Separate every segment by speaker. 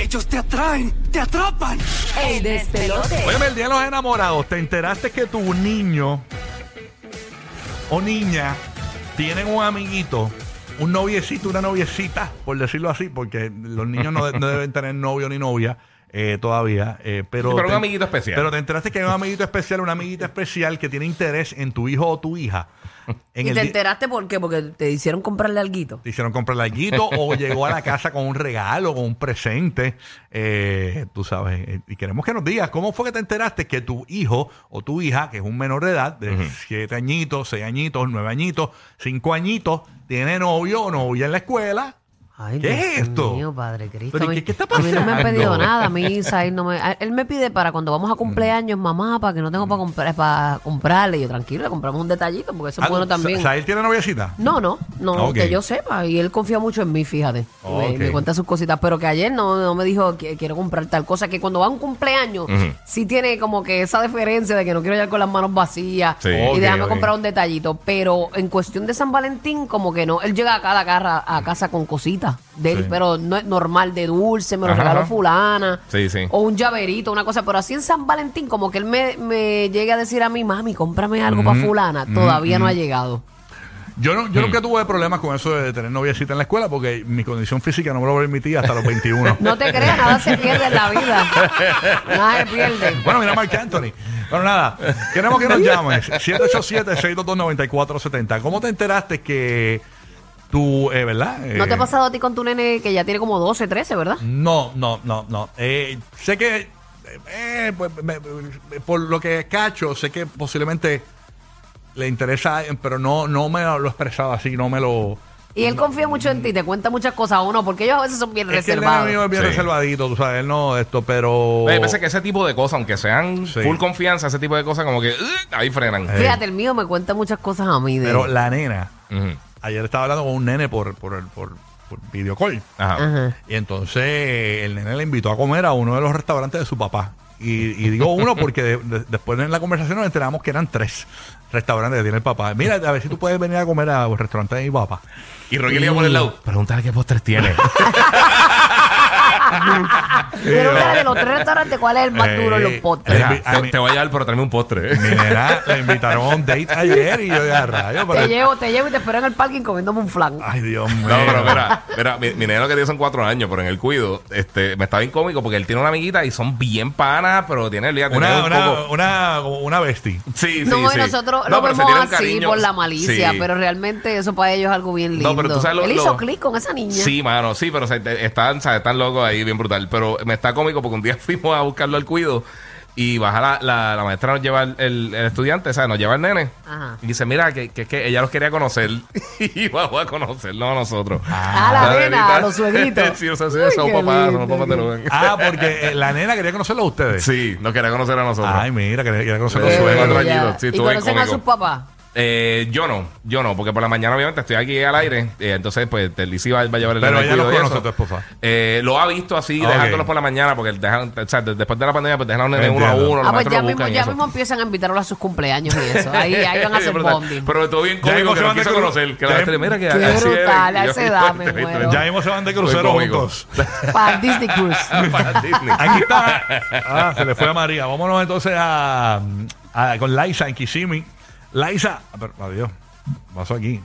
Speaker 1: Ellos te atraen, te atrapan.
Speaker 2: El despelote.
Speaker 3: Óyeme, el día de los enamorados, ¿te enteraste que tu niño o niña tienen un amiguito, un noviecito, una noviecita, por decirlo así, porque los niños no, de- no deben tener novio ni novia eh, todavía, eh, pero...
Speaker 4: Sí, pero un
Speaker 3: te-
Speaker 4: amiguito especial.
Speaker 3: Pero te enteraste que hay un amiguito especial, una amiguita especial que tiene interés en tu hijo o tu hija. En
Speaker 2: ¿Y
Speaker 3: el
Speaker 2: te
Speaker 3: di-
Speaker 2: enteraste por qué? Porque te hicieron comprarle alguito.
Speaker 3: te hicieron comprar el alguito o llegó a la casa con un regalo, con un presente. eh, tú sabes. eh, Y queremos que nos digas cómo fue que te enteraste que tu hijo o tu hija, que es un menor de edad, de siete añitos, seis añitos, nueve añitos, cinco añitos, tiene novio o novia en la escuela.
Speaker 5: Ay,
Speaker 3: ¿Qué
Speaker 5: Dios
Speaker 3: es esto?
Speaker 5: mío, Padre Cristo.
Speaker 3: ¿Pero
Speaker 5: A mí-
Speaker 3: qué- qué está
Speaker 5: A mí no me han
Speaker 3: pasando?
Speaker 5: pedido nada, a mí Isaías no me... a- Él me pide para cuando vamos a cumpleaños, mamá, para que no tengo para, comprar, para comprarle. Y yo, tranquilo, le compramos un detallito, porque eso es bueno
Speaker 3: Ah,
Speaker 5: también.
Speaker 3: Sa- Sael tiene noviecita?
Speaker 5: No, no,
Speaker 4: Ah,
Speaker 5: no,
Speaker 3: Ok.
Speaker 5: que yo sepa. Y él confía mucho en mí, fíjate. Me-
Speaker 3: Ok.
Speaker 5: Me, cuenta sus cositas, pero que ayer no, no me dijo que quiero comprar tal cosa, que cuando va a un cumpleaños,
Speaker 4: Ujú.
Speaker 5: sí tiene como que esa deferencia de que no quiero llegar con las manos vacías
Speaker 4: Sí.
Speaker 5: y
Speaker 3: Ok,
Speaker 5: déjame
Speaker 3: ok.
Speaker 5: comprar un detallito. Pero en cuestión de San Valentín, como que no, él llega a cada cara a casa con cositas de él,
Speaker 3: Sí.
Speaker 5: pero no es normal, de dulce, me lo
Speaker 4: Ajá,
Speaker 5: regaló
Speaker 4: ajá.
Speaker 5: fulana.
Speaker 4: Sí, sí.
Speaker 5: O un llaverito, una cosa, pero así en San Valentín, como que él me, me llega a decir a mí, mami, cómprame algo para fulana, todavía no ha llegado.
Speaker 3: Yo, no, yo nunca tuve problemas con eso de tener noviecita en la escuela porque mi condición física no me lo permitía hasta los 21.
Speaker 5: No te creas, nada se pierde en la vida. Nada se pierde.
Speaker 3: Bueno, mira Marc Anthony. Bueno, nada, queremos que nos llames. 787-622-9470. ¿Cómo te enteraste que tú, eh, verdad? Eh,
Speaker 5: ¿No te ha pasado a ti con tu nene que ya tiene como 12, 13, verdad?
Speaker 3: No, no, no, no. Eh, sé que, eh, eh, pues, me- me- por lo que cacho, sé que posiblemente le interesa, a él, pero no, no me lo expresaba así, no me lo...
Speaker 5: Y él confía mucho en ti, te cuenta muchas cosas o no, porque ellos a veces son bien
Speaker 3: Es que el nene
Speaker 5: reservados.
Speaker 3: mío es bien
Speaker 4: Sí.
Speaker 3: reservadito, tú sabes, él no esto, pero...
Speaker 4: Oye, parece que ese tipo de cosas, aunque sean
Speaker 3: Sí. Eh.
Speaker 4: full confianza, ese tipo de cosas como que "Ugh", ahí frenan.
Speaker 5: Fíjate, el mío me cuenta muchas cosas a mí de
Speaker 3: Pero
Speaker 5: él.
Speaker 3: la nena,
Speaker 4: Ujú.
Speaker 3: ayer estaba hablando con un nene por, por, el- por, por videocall.
Speaker 4: Ajá.
Speaker 5: Ajá.
Speaker 3: Y entonces el nene le invitó a comer a uno de los restaurantes de su papá. Y, y digo uno porque de- de- después en la conversación nos enteramos que eran tres restaurantes que tiene el papá. Mira, a ver si tú puedes venir a comer al restaurante de mi papá.
Speaker 4: Y Rocky le iba por el lado. Pregúntale qué postres tiene.
Speaker 5: Pero mira, de los tres restaurantes, ¿cuál es el más duro en los
Speaker 3: Eh,
Speaker 5: postres?
Speaker 4: Mira,
Speaker 3: Ay,
Speaker 4: te,
Speaker 3: mi-
Speaker 4: te voy a llevar, pero tráeme un postre.
Speaker 3: Mi nena la invitaron a un date ayer y yo ya rayo.
Speaker 5: Te
Speaker 3: pero-
Speaker 5: llevo, te llevo y te espero en el parking comiéndome un flan.
Speaker 4: Ah,
Speaker 3: Ay, Dios mío.
Speaker 4: No, pero mira, mira, mi, mi nene lo que tiene son cuatro años, pero en el cuido, este, me está bien cómico porque él tiene una amiguita y son bien panas, pero tiene el día
Speaker 3: Una, una, una, una bestia.
Speaker 4: Sí, sí,
Speaker 5: no, y
Speaker 4: sí.
Speaker 5: nosotros
Speaker 4: No,
Speaker 5: lo
Speaker 4: pero se
Speaker 5: vemos
Speaker 4: tienen
Speaker 5: así
Speaker 4: cariño.
Speaker 5: por la malicia,
Speaker 4: Sí.
Speaker 5: pero realmente eso para ellos es algo bien lindo.
Speaker 4: No, pero tú sabes lo-
Speaker 5: él hizo
Speaker 4: lo-
Speaker 5: clic con esa niña.
Speaker 4: Sí, mano, sí, pero o sea, te- están, o sea, están locos ahí, bien brutal. Pero me está cómico porque un día fuimos a buscarlo al cuido y baja la, la, la maestra, nos lleva el, el- el estudiante, o sea, nos lleva el nene.
Speaker 5: Ajá.
Speaker 4: Y dice, mira, que, que, que ella los quería conocer y vamos a conocerlo a nosotros.
Speaker 5: Ah, la nena,
Speaker 4: nenita.
Speaker 5: a los suegritos.
Speaker 4: sí, o sea, sí,
Speaker 5: Uy,
Speaker 4: son
Speaker 5: qué
Speaker 4: papás,
Speaker 5: lindo.
Speaker 4: son papás de los-
Speaker 3: Ah, porque eh, la nena quería conocerlo a ustedes.
Speaker 4: Sí, nos quería conocer a nosotros.
Speaker 3: Ay, mira, quería, quería conocerlo a
Speaker 4: Eh,
Speaker 5: Qué
Speaker 3: su
Speaker 4: suegro
Speaker 5: bella.
Speaker 4: tranquilo, sí,
Speaker 5: y
Speaker 4: tú ven
Speaker 5: conocen a
Speaker 4: conmigo.
Speaker 5: sus papás.
Speaker 4: Eh, yo no, yo no, porque por la mañana obviamente estoy aquí al aire, eh, entonces pues te Lizzy va, va a llevar el
Speaker 3: Pero
Speaker 4: el
Speaker 3: ella lo
Speaker 4: cuido y
Speaker 3: conoce,
Speaker 4: eso.
Speaker 3: tu esposa.
Speaker 4: Eh, lo ha visto así,
Speaker 3: Ah, ok.
Speaker 4: dejándolos por la mañana, porque dejan, o sea, de- después de la pandemia pues dejan a los nenes uno a
Speaker 3: Entiendo.
Speaker 4: uno, los
Speaker 5: Ah, pues
Speaker 4: maestros
Speaker 5: ya,
Speaker 4: lo
Speaker 5: mismo,
Speaker 4: buscan y
Speaker 5: ya
Speaker 4: eso.
Speaker 5: mismo empiezan a invitarlos a sus cumpleaños y eso. Ahí, ahí van a hacer
Speaker 4: Bien brutal.
Speaker 5: bonding.
Speaker 4: Pero estuvo bien
Speaker 3: Ya
Speaker 4: cómico
Speaker 3: mismo
Speaker 4: que
Speaker 3: se
Speaker 4: nos
Speaker 3: van de
Speaker 4: quiso
Speaker 3: cru-
Speaker 4: conocer. Que
Speaker 3: ya
Speaker 4: la maestra,
Speaker 3: mismo-
Speaker 4: mira que
Speaker 5: Qué
Speaker 4: así eres.
Speaker 5: brutal, a
Speaker 4: Yo-
Speaker 5: esa edad me
Speaker 4: yo-
Speaker 5: muero.
Speaker 3: Ya mismo se van de
Speaker 4: Fue
Speaker 3: crucero
Speaker 4: cómico.
Speaker 3: juntos.
Speaker 5: Para Disney Cruise.
Speaker 4: Ah, Para Disney.
Speaker 3: Aquí está. Ah, se le fue a María. Vámonos entonces a, a- con Laisa en Kissimmee. Laisa. ah, pero, adiós. Pasó aquí.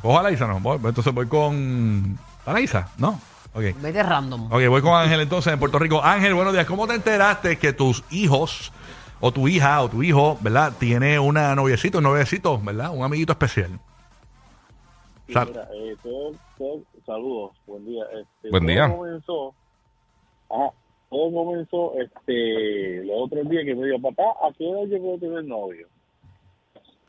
Speaker 3: Cojo a Laisa, no. Voy- entonces voy con. ¿A Laisa? No. Ok.
Speaker 5: Vete random.
Speaker 3: Ok, voy con Ángel entonces en Puerto Rico. Ángel, buenos días. ¿Cómo te enteraste que tus hijos o tu hija o tu hijo, ¿verdad? Tiene una noviecita, un noviecito, ¿verdad? Un amiguito especial.
Speaker 6: Sí,
Speaker 3: Sal-
Speaker 6: mira, eh, todo- todo- saludos, buen día. Este,
Speaker 4: Buen
Speaker 6: todo
Speaker 4: día.
Speaker 6: Comenzó, ajá, todo comenzó este, los otros días que me dijo, papá, ¿a qué edad yo puedo tener novio?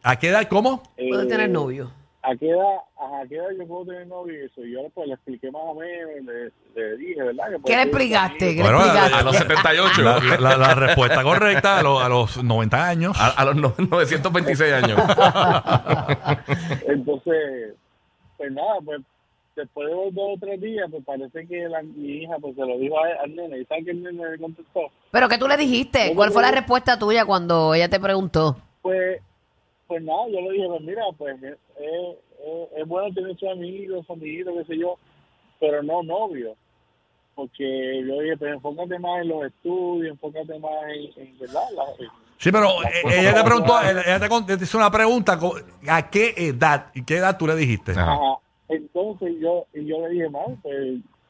Speaker 3: ¿A qué edad? ¿Cómo?
Speaker 5: Puedes
Speaker 6: Eh,
Speaker 5: tener novio.
Speaker 6: ¿A qué edad, ajá, ¿a qué edad yo puedo tener novio? Y eso, y yo pues, le expliqué más o menos, le, le dije, ¿verdad? Que
Speaker 5: ¿Qué le
Speaker 6: puedo tener
Speaker 5: explicaste?
Speaker 6: amigos.
Speaker 5: ¿Qué le
Speaker 3: Bueno,
Speaker 5: explicaste?
Speaker 4: A los
Speaker 3: La,
Speaker 4: 78.
Speaker 3: la- la- la respuesta correcta a, lo- a los 90 años.
Speaker 4: A, a los no- 926 años.
Speaker 6: Entonces, pues nada, pues después de los dos o tres días, pues parece que la- mi hija pues se lo dijo a- al nene, y ¿sabes qué el nene le contestó?
Speaker 5: Pero ¿qué tú le dijiste? ¿Cuál fue la respuesta tuya cuando ella te preguntó?
Speaker 6: pues pues nada yo le dije pues mira pues eh, eh, eh, es bueno tener sus amigos su amiguito qué sé yo pero no novio porque yo dije, pues enfócate más en los estudios, enfócate más en, en ¿verdad? La- en-
Speaker 3: Sí, pero eh, ella te preguntó, ella ella te con- te hizo una pregunta, co- ¿a qué edad? ¿Y qué edad tú le dijiste?
Speaker 4: Ajá.
Speaker 6: Ajá. Entonces yo, y yo le dije, man, pues,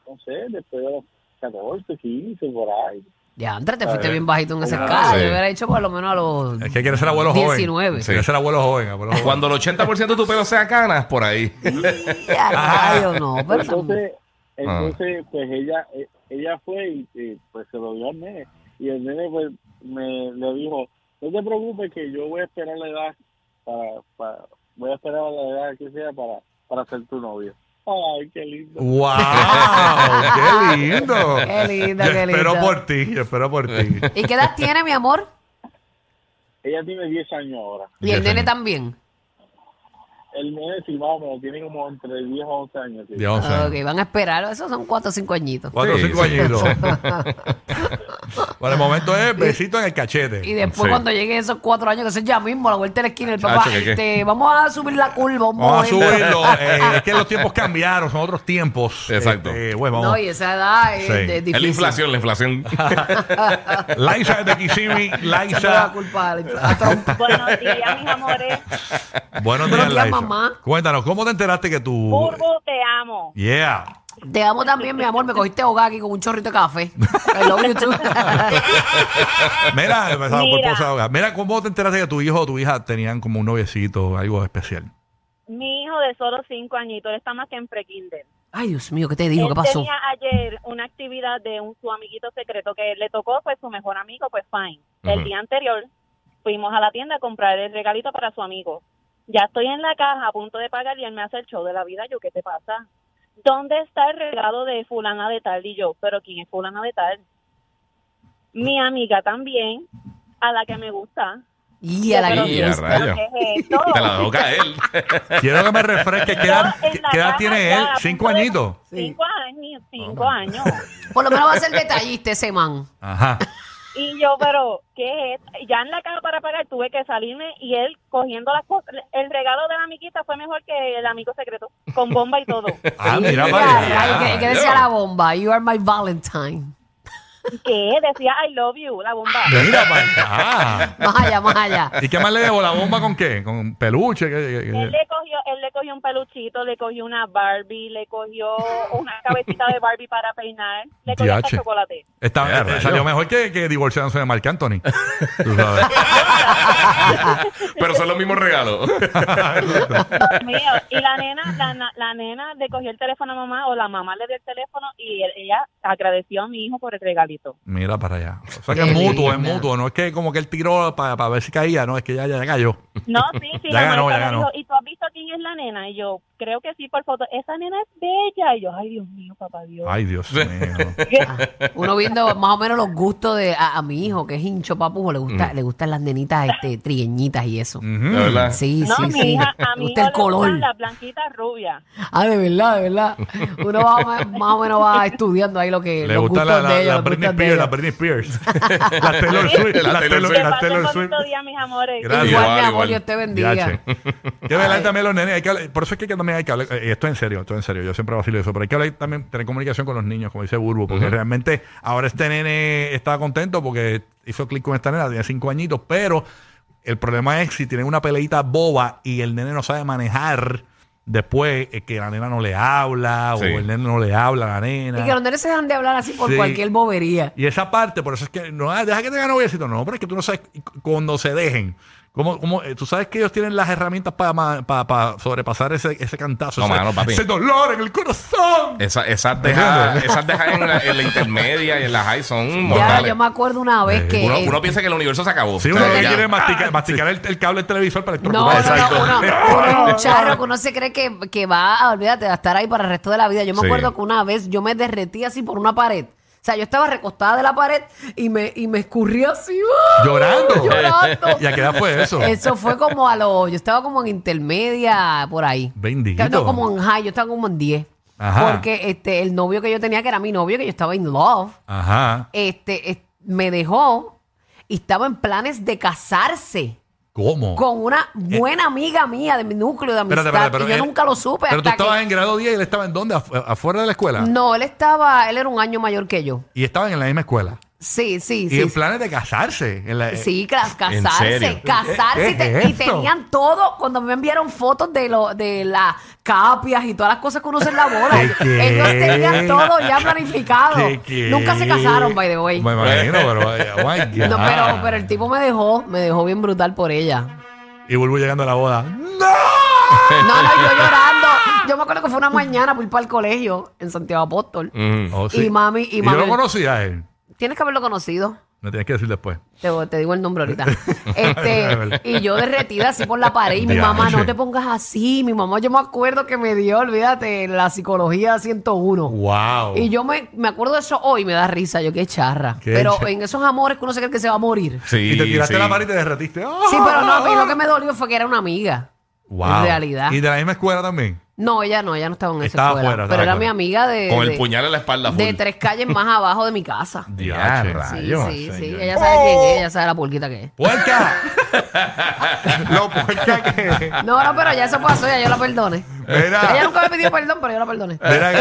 Speaker 6: no sé, después de los 14, 15, por ahí.
Speaker 5: Ya, antes te fuiste
Speaker 6: ver.
Speaker 5: bien bajito en esa
Speaker 6: Ah,
Speaker 5: escala.
Speaker 4: sí.
Speaker 5: Yo hubiera hecho por lo menos a los
Speaker 3: Es que quiere ser abuelo joven.
Speaker 5: 19.
Speaker 3: Quiere ser abuelo joven. abuelo joven.
Speaker 4: Cuando el 80% de tu pelo sea canas, por ahí.
Speaker 5: Ya, rayo, no, pero
Speaker 6: Entonces, entonces pues ella eh, ella fue y, y, pues se lo dio al nene. Y el nene pues me le dijo, no te preocupes que yo voy a esperar la edad para, para voy a esperar la edad que sea para, para ser tu novio. Ay, qué lindo.
Speaker 3: ¡Wow! ¡Qué lindo!
Speaker 5: Qué lindo,
Speaker 3: Yo
Speaker 5: qué
Speaker 3: Espero
Speaker 5: lindo.
Speaker 3: por ti, yo espero por ti.
Speaker 5: ¿Y qué edad tiene, mi amor?
Speaker 6: Ella tiene 10 años ahora.
Speaker 5: Y el
Speaker 4: Diez
Speaker 5: nene
Speaker 4: años.
Speaker 5: también.
Speaker 6: El nene, si vamos, tiene como entre 10 y 11 años. sí.
Speaker 3: De 11 años.
Speaker 5: ok, van a esperar. Esos son cuatro o cinco añitos.
Speaker 3: Cuatro o
Speaker 4: Sí,
Speaker 3: cinco
Speaker 4: sí.
Speaker 3: añitos. Por el momento es besito en el cachete.
Speaker 5: Y después
Speaker 4: Sí.
Speaker 5: cuando lleguen esos cuatro años, que eso es ya mismo, a la vuelta de la esquina, el papá,
Speaker 4: Chacho, ¿qué, qué?
Speaker 5: este, vamos a subir la curva, un
Speaker 3: Vamos a
Speaker 5: momento.
Speaker 3: subirlo. eh, es que los tiempos cambiaron, son otros tiempos.
Speaker 4: Exacto.
Speaker 3: Este, bueno,
Speaker 5: No,
Speaker 3: vamos.
Speaker 5: y esa edad es,
Speaker 3: Sí.
Speaker 5: es
Speaker 3: Es
Speaker 4: Es la
Speaker 5: difícil.
Speaker 4: inflación, la inflación.
Speaker 3: Liza de Kissimmee,
Speaker 5: Esa no la
Speaker 3: Liza.
Speaker 5: culpa a la- a Trump.
Speaker 7: Buenos días, mis amores.
Speaker 3: Buenos
Speaker 5: Buenos
Speaker 3: días,
Speaker 5: días,
Speaker 3: Liza.
Speaker 5: mamá.
Speaker 3: Cuéntanos, ¿cómo te enteraste que tú.
Speaker 7: Burbu, te amo.
Speaker 3: Yeah.
Speaker 5: Te amo también, mi amor. Me cogiste ahogada aquí con un chorrito de café. I love you too.
Speaker 3: Mira, me estaba por
Speaker 7: Mira.
Speaker 3: posa ahogada. Mira, ¿cómo te enteraste que tu hijo o tu hija tenían como un noviecito, algo especial?
Speaker 7: Mi hijo de solo cinco añitos, él está más que en prekinder.
Speaker 5: Ay, Dios mío, ¿qué te digo?
Speaker 7: él
Speaker 5: ¿Qué pasó?
Speaker 7: tenía ayer una actividad de un, su amiguito secreto que le tocó, pues su mejor amigo, pues fine. El
Speaker 4: Ujú.
Speaker 7: día anterior fuimos a la tienda a comprar el regalito para su amigo. Ya estoy en la caja a punto de pagar y él me hace el show de la vida. Yo, ¿qué te pasa? ¿Dónde está el regalo de fulana de tal? Y yo, ¿pero quién es fulana de tal? Mi amiga también, a la que me gusta.
Speaker 5: Y a la
Speaker 7: Pero-
Speaker 5: que
Speaker 4: Y a
Speaker 5: Dios.
Speaker 4: rayos.
Speaker 7: ¿Pero qué es esto?
Speaker 4: Te la dejó caer.
Speaker 3: Quiero que me refresques. ¿Qué edad,
Speaker 7: Yo en la
Speaker 3: qué edad
Speaker 7: cama
Speaker 3: tiene
Speaker 7: ya,
Speaker 3: él?
Speaker 7: a
Speaker 3: ¿Cinco
Speaker 7: punto de-
Speaker 3: añitos?
Speaker 7: Cinco años, cinco años.
Speaker 5: Por lo menos va a ser detallista ese man.
Speaker 3: Ajá.
Speaker 7: Y yo, pero, ¿qué es? esto? Ya en la caja para pagar tuve que salirme y él cogiendo las cosas. El regalo de la amiguita fue mejor que el amigo secreto, con bomba y todo.
Speaker 3: Ah,
Speaker 5: Y
Speaker 3: mira,
Speaker 5: a
Speaker 3: para
Speaker 5: rayos,
Speaker 3: allá.
Speaker 5: ¿qué- ¿Qué decía la bomba? You are my Valentine.
Speaker 7: ¿Qué? Decía, I love you, la bomba.
Speaker 3: Mira para allá. Ah.
Speaker 5: Más allá, más allá.
Speaker 3: ¿Y qué más le debo? ¿La bomba con qué? ¿Con peluche? ¿Qué- qué- qué?
Speaker 7: Él le, cogió, él le cogió un peluchito, le cogió una Barbie, le cogió una cabecita de Barbie para peinar, le cogió hasta
Speaker 3: Diache.
Speaker 7: chocolate.
Speaker 3: Está-
Speaker 4: Ya,
Speaker 3: eh,
Speaker 4: rayo.
Speaker 3: salió mejor que, que divorciándose de Marc Anthony. Tú sabes.
Speaker 4: Pero son los mismos regalos.
Speaker 7: Dios mío. Y la nena, la, na- la nena le cogió el teléfono a mamá o la mamá le dio el teléfono y él- ella agradeció a mi hijo por el regalito.
Speaker 3: Mira para allá. O sea que
Speaker 5: Qué
Speaker 3: es mutuo, es
Speaker 5: linda.
Speaker 3: mutuo. No es que como que él tiró para ver si caía, no, es que ya, ya, ya cayó.
Speaker 7: No, sí, sí,
Speaker 3: Ya
Speaker 7: la
Speaker 3: ganó,
Speaker 7: maestra
Speaker 3: ya
Speaker 7: me
Speaker 3: ganó.
Speaker 7: dijo, ¿y tú has visto quién es la nena? Y yo, creo que sí por foto. Esa nena es bella. Y yo, ay, Dios mío, papá Dios.
Speaker 3: Ay, Dios mío.
Speaker 5: Uno viendo más o menos los gustos de a, a mi hijo, que es hincho papujo, le gusta,
Speaker 3: Mm.
Speaker 5: le gustan las nenitas este, trigueñitas y eso.
Speaker 3: Ujú.
Speaker 4: De verdad.
Speaker 5: Sí,
Speaker 7: no,
Speaker 5: sí,
Speaker 7: mi
Speaker 5: sí.
Speaker 7: hija, a
Speaker 5: Le
Speaker 7: mí
Speaker 5: gusta el color.
Speaker 7: las blanquitas rubias.
Speaker 5: Ah, de verdad, de verdad. Uno va, más- más o menos va estudiando ahí lo que
Speaker 3: Le
Speaker 5: Eh, los
Speaker 3: gusta
Speaker 5: gustos
Speaker 3: la, la,
Speaker 5: de ellos.
Speaker 3: la
Speaker 5: los
Speaker 3: Britney
Speaker 5: gustos de
Speaker 3: Spears, la
Speaker 5: ellos.
Speaker 3: Britney Spears. la Taylor Swift,
Speaker 4: La
Speaker 3: la
Speaker 4: Taylor
Speaker 3: Taylor,
Speaker 4: Swift.
Speaker 7: Que
Speaker 3: la
Speaker 7: pasen
Speaker 3: Taylor Swift.
Speaker 7: bonito día, mis amores.
Speaker 3: Gracias.
Speaker 5: Igual,
Speaker 4: Igual,
Speaker 5: mi amor,
Speaker 4: igual.
Speaker 5: Dios te bendiga.
Speaker 3: DH. Que verdad
Speaker 5: Ay.
Speaker 3: también los nenes, hay que hablar- por eso es que también hay que hablar, eh, esto es en serio, esto es en serio, yo siempre vacilo eso, pero hay que hablar también, tener comunicación con los niños, como dice Burbo, porque realmente ahora este nene está contento porque hizo clic con esta nena, tiene cinco añitos, pero el problema es si tienen una peleita boba y el nene no sabe manejar después, eh, que la nena no le habla,
Speaker 4: Sí.
Speaker 3: o el nene no le habla a la nena.
Speaker 5: Y que los nenes se dejan de hablar así por
Speaker 3: Sí.
Speaker 5: cualquier bobería.
Speaker 3: Y esa parte, por eso es que no, ah, deja que tengan noviecito. No, pero es que tú no sabes cu- cuando se dejen. ¿Cómo, cómo, eh, tú sabes que ellos tienen las herramientas para sobrepasar ese, ese cantazo,
Speaker 4: No,
Speaker 3: ese,
Speaker 4: mano, papi. Eh,
Speaker 3: ese dolor en el corazón.
Speaker 4: Esa- Esas dejas esas dejas en, la- en la intermedia y en la high son
Speaker 5: Ya,
Speaker 4: mortales.
Speaker 5: yo me acuerdo una vez que.
Speaker 4: uno,
Speaker 5: eh,
Speaker 4: uno piensa que el universo se acabó.
Speaker 3: Si
Speaker 4: O
Speaker 3: uno
Speaker 4: sea,
Speaker 3: lo que
Speaker 4: ya.
Speaker 3: quiere es masticar, masticar el, el cable del televisor para
Speaker 5: No, no,
Speaker 3: electrocutarse.
Speaker 5: no, uno, uno es un charro que uno se cree que, que va a, olvídate, a estar ahí para el resto de la vida. Yo me
Speaker 4: Sí.
Speaker 5: acuerdo que una vez yo me derretí así por una pared. O sea, yo estaba recostada de la pared y me, y me escurrí así. ¡ah!
Speaker 3: Llorando.
Speaker 5: Llorando.
Speaker 3: ¿Y a qué edad fue pues, eso?
Speaker 5: Eso fue como a los... Yo estaba como en intermedia, por ahí.
Speaker 3: Bendito.
Speaker 5: No, como en high, yo estaba como en 10.
Speaker 3: Ajá.
Speaker 5: Porque este, el novio que yo tenía, que era mi novio, que yo estaba in love,
Speaker 3: Ajá.
Speaker 5: este, es- me dejó y estaba en planes de casarse.
Speaker 3: ¿Cómo?
Speaker 5: con una buena amiga mía de mi núcleo de amistad.
Speaker 3: Eh, Espérate, espérate, pero
Speaker 5: y yo
Speaker 3: él-
Speaker 5: nunca lo supe
Speaker 3: Pero tú
Speaker 5: hasta
Speaker 3: estabas
Speaker 5: que...
Speaker 3: en grado 10 y él estaba en dónde? Afu- Afuera de la escuela.
Speaker 5: No, él estaba, él era un año mayor que yo.
Speaker 3: Y estaban en la misma escuela.
Speaker 5: Sí, sí,
Speaker 3: Y
Speaker 5: sí.
Speaker 3: en planes de casarse. en la-
Speaker 5: Sí, clas-
Speaker 4: ¿En serio?
Speaker 5: casarse, casarse y,
Speaker 3: ¿Qué
Speaker 5: te-
Speaker 3: es
Speaker 5: y
Speaker 3: esto?
Speaker 5: tenían todo cuando me enviaron fotos de lo, de las capias y todas las cosas que uno usa en la boda.
Speaker 3: ¿Qué, qué?
Speaker 5: Ellos tenían todo ya planificado.
Speaker 3: ¿Qué, qué?
Speaker 5: Nunca se casaron, by the way.
Speaker 3: Me imagino, pero. oh my God.
Speaker 5: No, pero, pero el tipo me dejó, me dejó bien brutal por ella.
Speaker 3: Y vuelvo llegando a la boda. ¡No!
Speaker 5: No, no, yo llorando. Yo me acuerdo que fue una mañana por ir para el colegio en Santiago Apóstol.
Speaker 4: Ujú.
Speaker 3: Oh, sí.
Speaker 5: Y mami- y
Speaker 3: yo lo
Speaker 5: mami-
Speaker 3: conocí a él.
Speaker 5: Tienes que haberlo conocido.
Speaker 3: Me tienes que decir después.
Speaker 5: Te, te digo el nombre ahorita. Este, y yo derretida así por la pared. Y mi
Speaker 3: Diablo,
Speaker 5: mamá,
Speaker 3: sí.
Speaker 5: no te pongas así. Mi mamá, yo me acuerdo que me dio, olvídate, la psicología 101.
Speaker 3: ¡Wow!
Speaker 5: Y yo me, me acuerdo de eso hoy, me da risa. Yo, qué charra.
Speaker 3: Qué
Speaker 5: pero
Speaker 3: charra.
Speaker 5: en esos amores que uno se cree que se va a morir.
Speaker 4: Sí,
Speaker 3: Y te tiraste
Speaker 4: sí.
Speaker 3: la mano y te derretiste. ¡Ah!
Speaker 5: Sí, pero no, a mí lo que me dolió fue que era una amiga.
Speaker 3: Wow.
Speaker 5: En realidad.
Speaker 3: Y de la misma escuela también.
Speaker 5: No, ella no, ella no estaba en esa
Speaker 3: Estaba
Speaker 5: escuela.
Speaker 3: fuera, estaba
Speaker 5: pero era
Speaker 3: fuera.
Speaker 5: mi amiga de.
Speaker 4: Con el
Speaker 5: de-
Speaker 4: puñal en la espalda. full.
Speaker 5: de tres calles más abajo de mi casa.
Speaker 4: Ya,
Speaker 3: Diache.
Speaker 5: Sí,
Speaker 4: rayos,
Speaker 5: sí, sí.
Speaker 4: señor.
Speaker 5: Ella sabe quién es, ella sabe la pulquita que es.
Speaker 3: ¡Puerca! lo puerca que.
Speaker 5: No, no, pero ya eso pasó, ya yo la perdone.
Speaker 3: Mira.
Speaker 5: Ella nunca me pidió perdón, pero yo la perdoné.
Speaker 3: Mira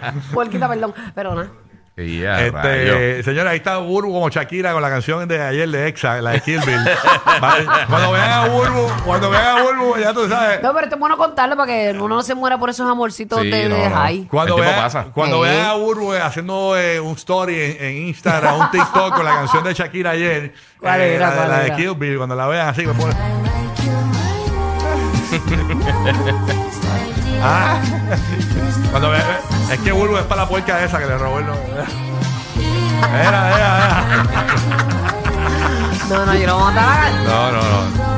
Speaker 3: que.
Speaker 5: Puerquita, perdón. Perdona.
Speaker 4: Ya, rayos.
Speaker 3: Este, señora, ahí está Burbu como Shakira con la canción de ayer de Exa, la de Kill Bill. Vale, Cuando vean a Burbu, cuando vean a Burbu, ya tú sabes.
Speaker 5: No, pero esto es bueno contarlo para que uno no se muera por esos amorcitos
Speaker 4: Sí,
Speaker 5: de,
Speaker 4: no,
Speaker 5: de
Speaker 4: no.
Speaker 5: high.
Speaker 3: Cuando
Speaker 4: El tiempo
Speaker 3: vean
Speaker 4: pasa.
Speaker 3: cuando
Speaker 5: Sí.
Speaker 3: vean a Burbu eh, haciendo eh, un story en, en Instagram, un TikTok con la canción de Shakira ayer,
Speaker 5: ¿Cuál
Speaker 3: eh,
Speaker 5: era,
Speaker 3: la, de-
Speaker 5: cuál
Speaker 3: la de
Speaker 5: era?
Speaker 3: Kill Bill, cuando la vean así, me ponen- Ah. Cuando ve, ve- es que Bulbo es para la puerca esa que le robó el nombre. Era, era, era.
Speaker 5: No, no, yo lo voy a matar.
Speaker 3: No, no,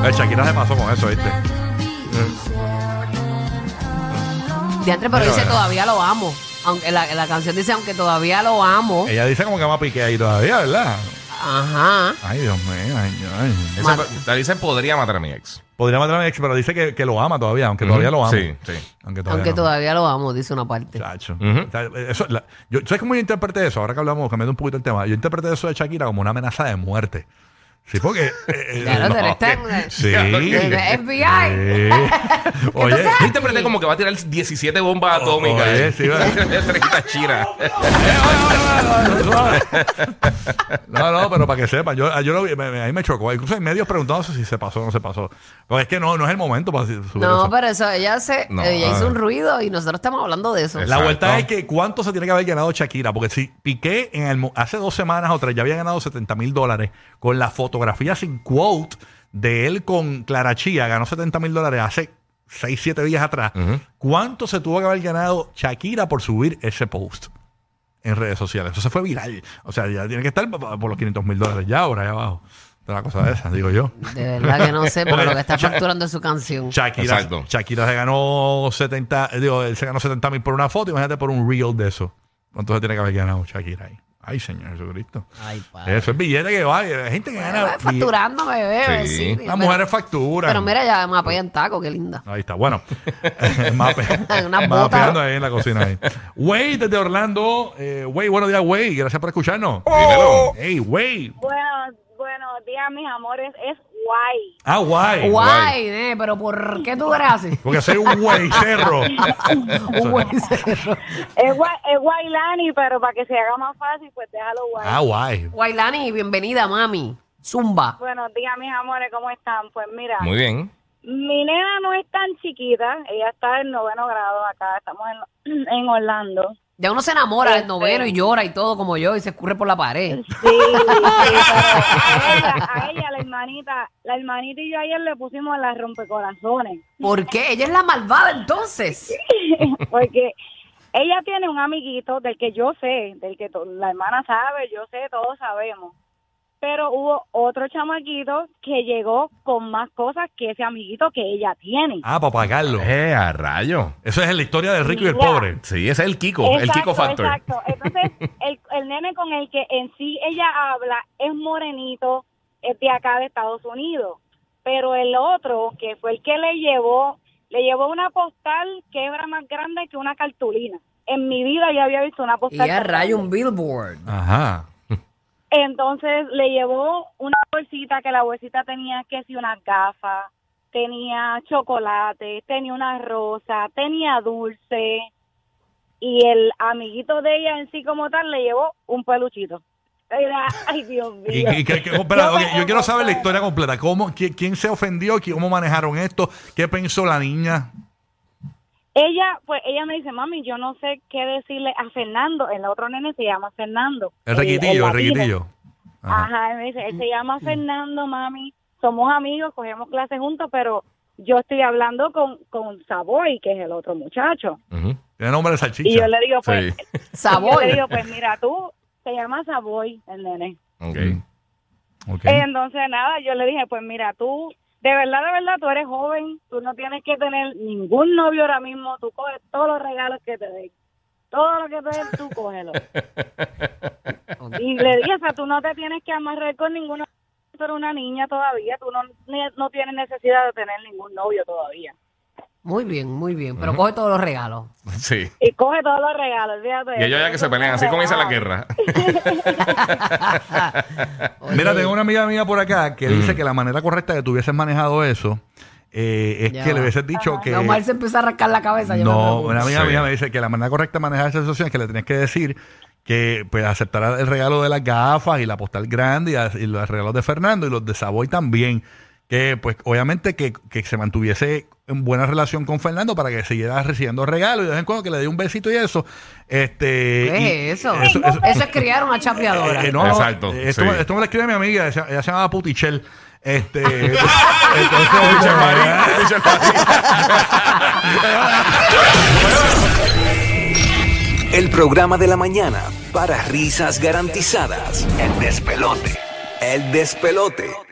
Speaker 3: no. Eh, Shakira se pasó con eso, ¿viste?
Speaker 5: Diantre, pero
Speaker 3: Mira,
Speaker 5: dice
Speaker 3: mira.
Speaker 5: todavía lo amo. Aunque la, la canción dice, aunque todavía lo amo.
Speaker 4: Eh.
Speaker 3: Ella dice como que ama pique ahí todavía, ¿verdad?
Speaker 5: Ajá.
Speaker 3: Ay, Dios mío, señor.
Speaker 4: Ese-
Speaker 5: Mata.
Speaker 4: la dice podría matar a mi ex.
Speaker 3: Podría matar a mi ex, pero dice que, que lo ama todavía, aunque todavía lo ama.
Speaker 4: Sí, sí.
Speaker 3: Aunque todavía.
Speaker 5: Aunque
Speaker 3: lo ama.
Speaker 5: todavía lo amo, dice una parte.
Speaker 3: Chacho.
Speaker 4: Ujú.
Speaker 3: O sea, eso, la- yo, ¿Sabes cómo yo interpreté eso? Ahora que hablamos, cambiando un poquito el tema. Yo interpreté eso de Shakira como una amenaza de muerte. Sí, porque. eh, eh,
Speaker 5: Claro,
Speaker 3: no,
Speaker 5: te
Speaker 3: que-
Speaker 5: restan-
Speaker 3: Sí.
Speaker 5: El FBI.
Speaker 3: Sí. Oye,
Speaker 5: Entonces-
Speaker 4: Yo interpreté como que va a tirar 17 bombas atómicas.
Speaker 3: oye, sí, va.
Speaker 4: 30 chinas.
Speaker 3: no, no, pero para que sepan, yo, yo lo vi, me- me- ahí me chocó. Incluso hay medios preguntándose si se pasó o no se pasó. Porque es que no, no es el momento para subir
Speaker 5: No,
Speaker 3: eso.
Speaker 5: pero eso, ella se,
Speaker 4: No.
Speaker 5: ella hizo un ruido y nosotros estamos hablando de eso.
Speaker 3: La
Speaker 4: Exacto.
Speaker 3: vuelta es que cuánto se tiene que haber ganado Shakira, porque si Piqué en el, mo- hace dos semanas o tres ya había ganado 70 mil dólares con la fotografía sin quote de él con Clara Chía, ganó 70 mil dólares hace 6, 7 días atrás.
Speaker 4: Ujú.
Speaker 3: ¿Cuánto se tuvo que haber ganado Shakira por subir ese post en redes sociales? Eso se fue viral. O sea, ya tiene que estar pa- pa- por los 500 mil dólares ya ahora, allá abajo. Otra cosa de esas, digo yo.
Speaker 5: De verdad que no sé, pero
Speaker 3: Bueno,
Speaker 5: lo que está
Speaker 3: cha-
Speaker 5: facturando es su canción.
Speaker 3: Shakira,
Speaker 4: Exacto.
Speaker 3: Shakira se ganó 70, eh, digo, él se ganó 70 mil por una foto, imagínate por un reel de eso. Entonces tiene que haber ganado Shakira ahí. Ay, Señor Jesucristo.
Speaker 5: Ay, padre.
Speaker 3: Eso es billete que va, hay gente que gana.
Speaker 5: Ay, facturando, bebé.
Speaker 4: Sí.
Speaker 5: vecino.
Speaker 3: Las
Speaker 5: Pero-
Speaker 3: mujeres facturan.
Speaker 5: Pero mira, ya me apoyan taco, qué linda.
Speaker 3: Ahí está, bueno. Mape,
Speaker 5: Una bota.
Speaker 3: mapeando ahí en la cocina. Ahí. Wey, desde Orlando. Eh, wey, buenos días, Wey. Gracias por escucharnos.
Speaker 4: Dímelo.
Speaker 3: Hey, Wey.
Speaker 7: Bueno, buenos días, mis amores. Es guay.
Speaker 3: Ah, guay.
Speaker 5: Guay, nene, pero ¿por qué tú eres así?
Speaker 3: Porque soy un wey cerro.
Speaker 5: Un buen cerro.
Speaker 7: Es guay, es guay Lani, pero para que se haga más fácil, pues déjalo guay.
Speaker 3: ah, guay.
Speaker 5: Guaylani, bienvenida, mami. Zumba.
Speaker 7: Buenos días, mis amores, ¿cómo están? Pues mira,
Speaker 4: Muy bien.
Speaker 7: mi nena no es tan chiquita, ella está en noveno grado acá, estamos en, en Orlando.
Speaker 5: Ya uno se enamora del
Speaker 7: Este.
Speaker 5: noveno y llora y todo como yo y se escurre por la pared.
Speaker 7: Sí, sí, pero a ella, a ella, la hermanita, la hermanita y yo ayer le pusimos las rompecorazones,
Speaker 5: ¿Por qué? Ella es la malvada entonces.
Speaker 7: porque ella tiene un amiguito del que yo sé, del que to- la hermana sabe, yo sé, todos sabemos. Pero hubo otro chamaquito que llegó con más cosas que ese amiguito que ella tiene.
Speaker 3: Ah, para pagarlo.
Speaker 4: Eh, a rayo.
Speaker 3: Eso es la historia del rico y el
Speaker 7: Mira.
Speaker 3: pobre.
Speaker 4: Sí, ese es el Kiko, el
Speaker 7: Exacto,
Speaker 4: Kiko Factor.
Speaker 7: Exacto. Entonces, el, el nene con el que en sí ella habla es morenito, es de acá de Estados Unidos. Pero el otro, que fue el que le llevó, le llevó una postal que era más grande que una cartulina. En mi vida yo había visto una postal.
Speaker 5: Y ya
Speaker 7: tan
Speaker 5: rayo un
Speaker 7: grande.
Speaker 5: billboard.
Speaker 3: Ajá.
Speaker 7: Entonces le llevó una bolsita que la bolsita tenía que si una gafa, tenía chocolate, tenía una rosa, tenía dulce y el amiguito de ella en sí como tal le llevó un peluchito. Era, ay Dios mío.
Speaker 3: Y- y que- que- espera,
Speaker 7: Yo me
Speaker 3: ok, yo quiero saber la
Speaker 7: emociono.
Speaker 3: historia completa. ¿Cómo, qui- quién, se ofendió? ¿Qui- ¿Cómo manejaron esto? ¿Qué pensó la niña?
Speaker 7: Ella, pues ella me dice, mami, yo no sé qué decirle a Fernando. El otro nene se llama Fernando.
Speaker 3: El
Speaker 7: en
Speaker 3: requitillo,
Speaker 7: Eh, la
Speaker 3: el
Speaker 7: vida.
Speaker 3: requitillo. Ajá.
Speaker 7: Ajá, y me dice, él se llama Fernando, mami. Somos amigos, cogemos clases juntos, pero yo estoy hablando con, con Savoy, que es el otro muchacho.
Speaker 4: Ujú.
Speaker 3: Tiene nombre de
Speaker 7: Y yo
Speaker 3: salchicha.
Speaker 7: le digo, pues,
Speaker 4: Sí.
Speaker 7: yo le
Speaker 5: Saboy.
Speaker 7: digo, pues mira, tú te llamas Savoy, el nene.
Speaker 4: Ok.
Speaker 3: Mm. Ok.
Speaker 7: Entonces, nada, yo le dije, pues mira, tú, de verdad, de verdad, tú eres joven, tú no tienes que tener ningún novio ahora mismo, tú coges todos los regalos que te den. Todo lo que te den, tú cógelo. y le dije, o sea, tú no te tienes que amarrar con ninguno, tú eres una niña todavía, tú no, ni- no tienes necesidad de tener ningún novio todavía.
Speaker 5: Muy bien, muy bien. Pero
Speaker 4: Ujú.
Speaker 5: coge todos los regalos.
Speaker 4: Sí.
Speaker 7: Y coge todos los regalos, fíjate.
Speaker 4: Y ellos ya que se pelean, así comienza la guerra.
Speaker 7: eh,
Speaker 3: Mira, tengo una amiga mía por acá
Speaker 7: Mm.
Speaker 3: que dice que la manera correcta que tú hubieses manejado eso eh, es
Speaker 5: Ya
Speaker 3: que
Speaker 5: va.
Speaker 3: le hubieses
Speaker 7: Ah,
Speaker 3: dicho que...
Speaker 5: No, Omar se empieza a rascar la cabeza. yo me
Speaker 3: No,
Speaker 5: preocupo.
Speaker 3: una amiga
Speaker 4: Sí.
Speaker 3: mía me dice que la manera correcta de manejar esa situación es que le tienes que decir que pues aceptará el regalo de las gafas y la postal grande y, as- y los regalos de Fernando y los de Savoy también. Que pues obviamente que, que se mantuviese en buena relación con Fernando para que siguiera recibiendo regalos y de vez en cuando que le dé un besito y eso. Este,
Speaker 5: ¿Qué
Speaker 3: y-
Speaker 5: es Pues, eso?
Speaker 3: eso-
Speaker 5: Eso,
Speaker 3: eso-
Speaker 5: es criar una chapeadora.
Speaker 3: eh, eh, no,
Speaker 4: Exacto,
Speaker 3: eh, Esto,
Speaker 4: sí.
Speaker 3: esto me lo escribe mi amiga, ella, ella se llamaba Putichel. Este, entonces,
Speaker 4: Michelle Marín, Michelle Marín.
Speaker 1: El programa de la mañana para risas garantizadas. El despelote. El despelote.